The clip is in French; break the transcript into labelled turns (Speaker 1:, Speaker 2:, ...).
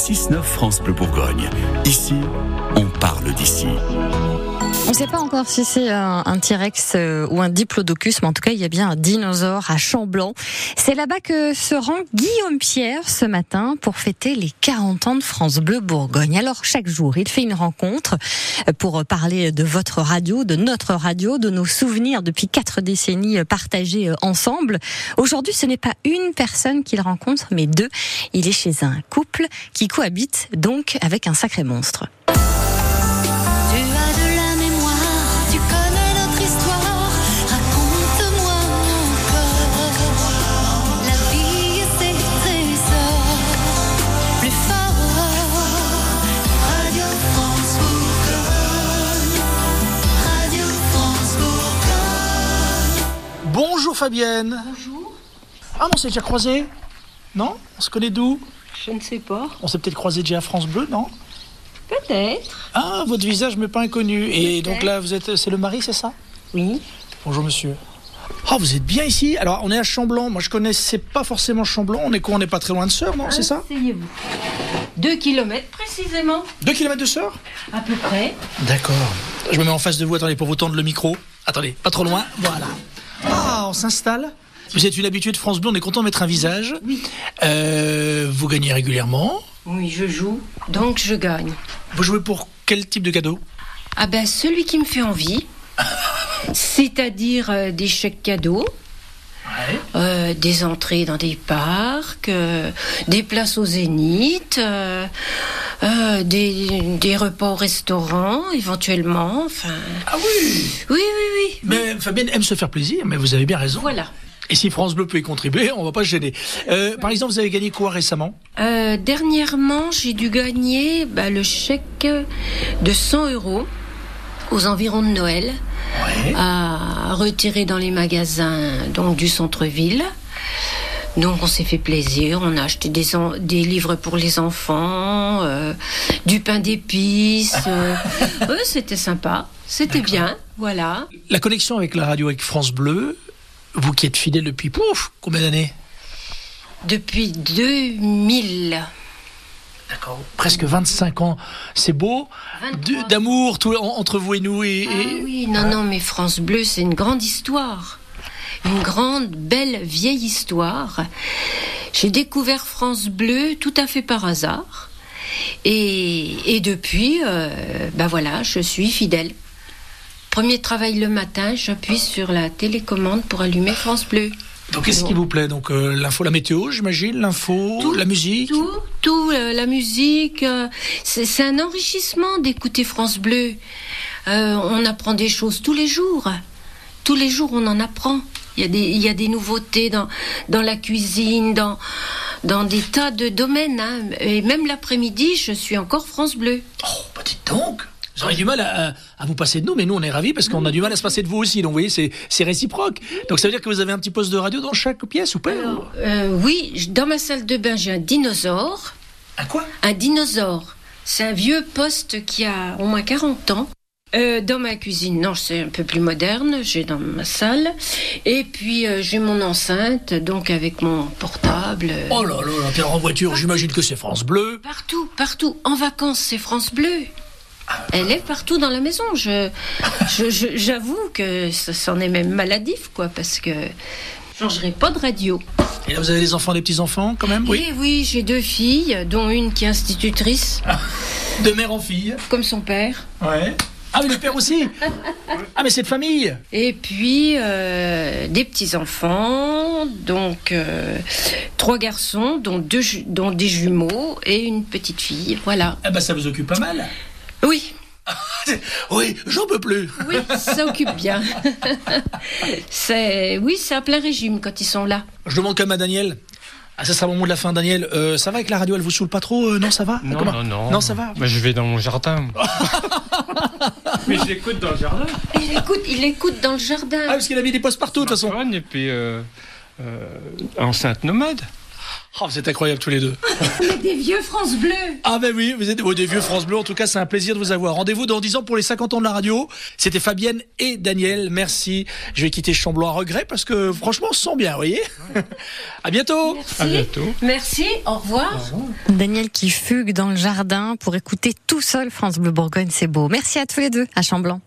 Speaker 1: 6-9 France Bleu Bourgogne. Ici, on parle d'ici.
Speaker 2: On ne sait pas encore si c'est un, un T-Rex euh, ou un Diplodocus, mais en tout cas, il y a bien un dinosaure à Chamblanc. C'est là-bas que se rend Guillaume Pierre ce matin pour fêter les 40 ans de France Bleu Bourgogne. Alors, chaque jour, il fait une rencontre pour parler de votre radio, de notre radio, de nos souvenirs depuis quatre décennies partagés ensemble. Aujourd'hui, ce n'est pas une personne qu'il rencontre, mais deux. Il est chez un couple qui cohabite donc avec un sacré monstre.
Speaker 3: Bonjour Fabienne.
Speaker 4: Bonjour.
Speaker 3: Ah, on s'est déjà croisé Non On se connaît d'où
Speaker 4: Je ne sais pas.
Speaker 3: On s'est peut-être croisé déjà à France Bleu, non
Speaker 4: Peut-être.
Speaker 3: Ah, votre visage m'est pas inconnu. Et
Speaker 4: Peut-être.
Speaker 3: donc là, vous êtes, c'est le mari, c'est ça
Speaker 4: Oui.
Speaker 3: Bonjour monsieur. Ah, vous êtes bien ici Alors, on est à Chamblanc. Moi, je connaissais pas forcément Chamblanc. On est quoi On n'est pas très loin de Sœur,
Speaker 4: Ah.
Speaker 3: non C'est ça
Speaker 4: Asseyez-vous. Deux kilomètres précisément.
Speaker 3: Deux kilomètres de Sœur
Speaker 4: À peu près.
Speaker 3: D'accord. Je me mets en face de vous. Attendez, pour vous tendre le micro. Attendez, pas trop loin. Voilà. Ah, on s'installe. Vous êtes une habituée de France Bleu. On est content de mettre un visage.
Speaker 4: Oui.
Speaker 3: Euh, vous gagnez régulièrement.
Speaker 4: Oui, je joue. Donc je gagne.
Speaker 3: Vous jouez pour quel type de cadeau
Speaker 4: Ah ben celui qui me fait envie. C'est-à-dire euh, des chèques cadeaux, euh, des entrées dans des parcs, euh, des places au zénith, euh, euh, des, des repas au restaurant éventuellement. Enfin,
Speaker 3: Ah oui
Speaker 4: oui, oui, oui.
Speaker 3: Mais Fabienne aime se faire plaisir, mais vous avez bien raison.
Speaker 4: Voilà.
Speaker 3: Et si France Bleu peut y contribuer, on va pas se gêner. Euh, par exemple, vous avez gagné quoi récemment
Speaker 4: Euh, dernièrement, j'ai dû gagner bah, le chèque de 100 euros aux environs de Noël à retirer dans les magasins donc du centre-ville. Donc on s'est fait plaisir, on a acheté des, en- des livres pour les enfants, euh, du pain d'épices. euh. Euh, c'était sympa, c'était bien, voilà.
Speaker 3: La connexion avec la radio, avec France Bleu, vous qui êtes fidèle depuis pouf, combien d'années
Speaker 4: Depuis 2000.
Speaker 3: D'accord. Presque 25 ans. C'est beau.
Speaker 4: 23.
Speaker 3: De- D'amour tout- en- entre vous et nous. Et,
Speaker 4: Ah
Speaker 3: et-
Speaker 4: oui, non, non, mais France Bleu, c'est une grande histoire. Une grande, belle, vieille histoire. J'ai découvert France Bleu tout à fait par hasard. Et, et depuis, euh, ben voilà, je suis fidèle. Premier travail le matin, j'appuie sur la télécommande pour allumer France Bleu.
Speaker 3: Donc, qu'est-ce qui vous plaît Donc, euh, l'info, la météo, j'imagine, l'info,
Speaker 4: Tout,
Speaker 3: la musique.
Speaker 4: Tout, tout, euh, la musique. euh, c'est c'est un enrichissement d'écouter France Bleu. Euh, on apprend des choses tous les jours. Tous les jours, on en apprend. Il y a des, il y a des nouveautés dans, dans la cuisine, dans, dans des tas de domaines. hein. Et même l'après-midi, je suis encore France Bleu.
Speaker 3: Oh, bah dites donc Vous aurez du mal à, à- à vous passer de nous, mais nous on est ravis parce
Speaker 4: Mmh.
Speaker 3: qu'on a du mal à se passer de vous aussi. Donc vous voyez, c'est c'est réciproque. Donc ça veut dire que vous avez un petit poste de radio dans chaque pièce ou pas
Speaker 4: Alors, euh, oui, je- dans ma salle de bain, j'ai un dinosaure.
Speaker 3: À quoi
Speaker 4: Un dinosaure. C'est un vieux poste qui a au moins 40 ans. Euh, dans ma cuisine, non, c'est un peu plus moderne. J'ai dans ma salle. Et puis, euh, j'ai mon enceinte, donc avec mon portable. euh,
Speaker 3: Oh là là là, puis alors en voiture, j'imagine que c'est France Bleu.
Speaker 4: Partout, partout. En vacances, c'est France Bleu. Elle est partout dans la maison. Je, je- je- j'avoue que ça s'en est même maladif, quoi, parce que je changerai pas de radio.
Speaker 3: Et là vous avez des enfants, des petits-enfants quand même
Speaker 4: Oui, Eh oui, j'ai deux filles, dont une qui est institutrice,
Speaker 3: De mère en fille.
Speaker 4: comme son père.
Speaker 3: Ouais. Ah mais le père aussi Ah mais c'est de famille
Speaker 4: Et puis euh, des petits enfants, donc euh, trois garçons, dont deux, ju- dont des jumeaux et une petite fille. Voilà.
Speaker 3: Ah bah ça vous occupe pas mal.
Speaker 4: Oui,
Speaker 3: Oui, j'en peux plus.
Speaker 4: oui, ça occupe bien. c'est oui, c'est à plein régime quand ils sont là.
Speaker 3: Je demande quand même à Daniel. Ah ça sera le moment de la fin, Daniel. Euh, ça va avec la radio, elle vous saoule pas trop euh, Non, ça va
Speaker 5: Non,
Speaker 3: Comment
Speaker 5: non, non.
Speaker 3: Non, ça va
Speaker 5: Bah, je vais dans mon jardin. Mais je l'écoute dans le jardin.
Speaker 4: Il écoute, il écoute dans le
Speaker 3: Ah
Speaker 4: jardin.
Speaker 3: parce qu'il a mis des postes partout de toute façon.
Speaker 5: Et puis, euh, euh, enceinte nomade.
Speaker 3: Oh, vous êtes incroyables tous les deux.
Speaker 4: Mais des vieux France Bleu.
Speaker 3: Ah ben oui, vous êtes oh, des vieux France Bleu. En tout cas, c'est un plaisir de vous avoir. Rendez-vous dans 10 ans pour les 50 ans de la radio. C'était Fabienne et Daniel. Merci. Je vais quitter Chamblon à regret parce que franchement, on se sent bien, vous voyez. à bientôt.
Speaker 4: Merci.
Speaker 5: À bientôt.
Speaker 4: Merci, Ah, au revoir.
Speaker 2: Daniel qui fugue dans le jardin pour écouter tout seul France Bleu Bourgogne, c'est beau. Merci à tous les deux à Chamblanc.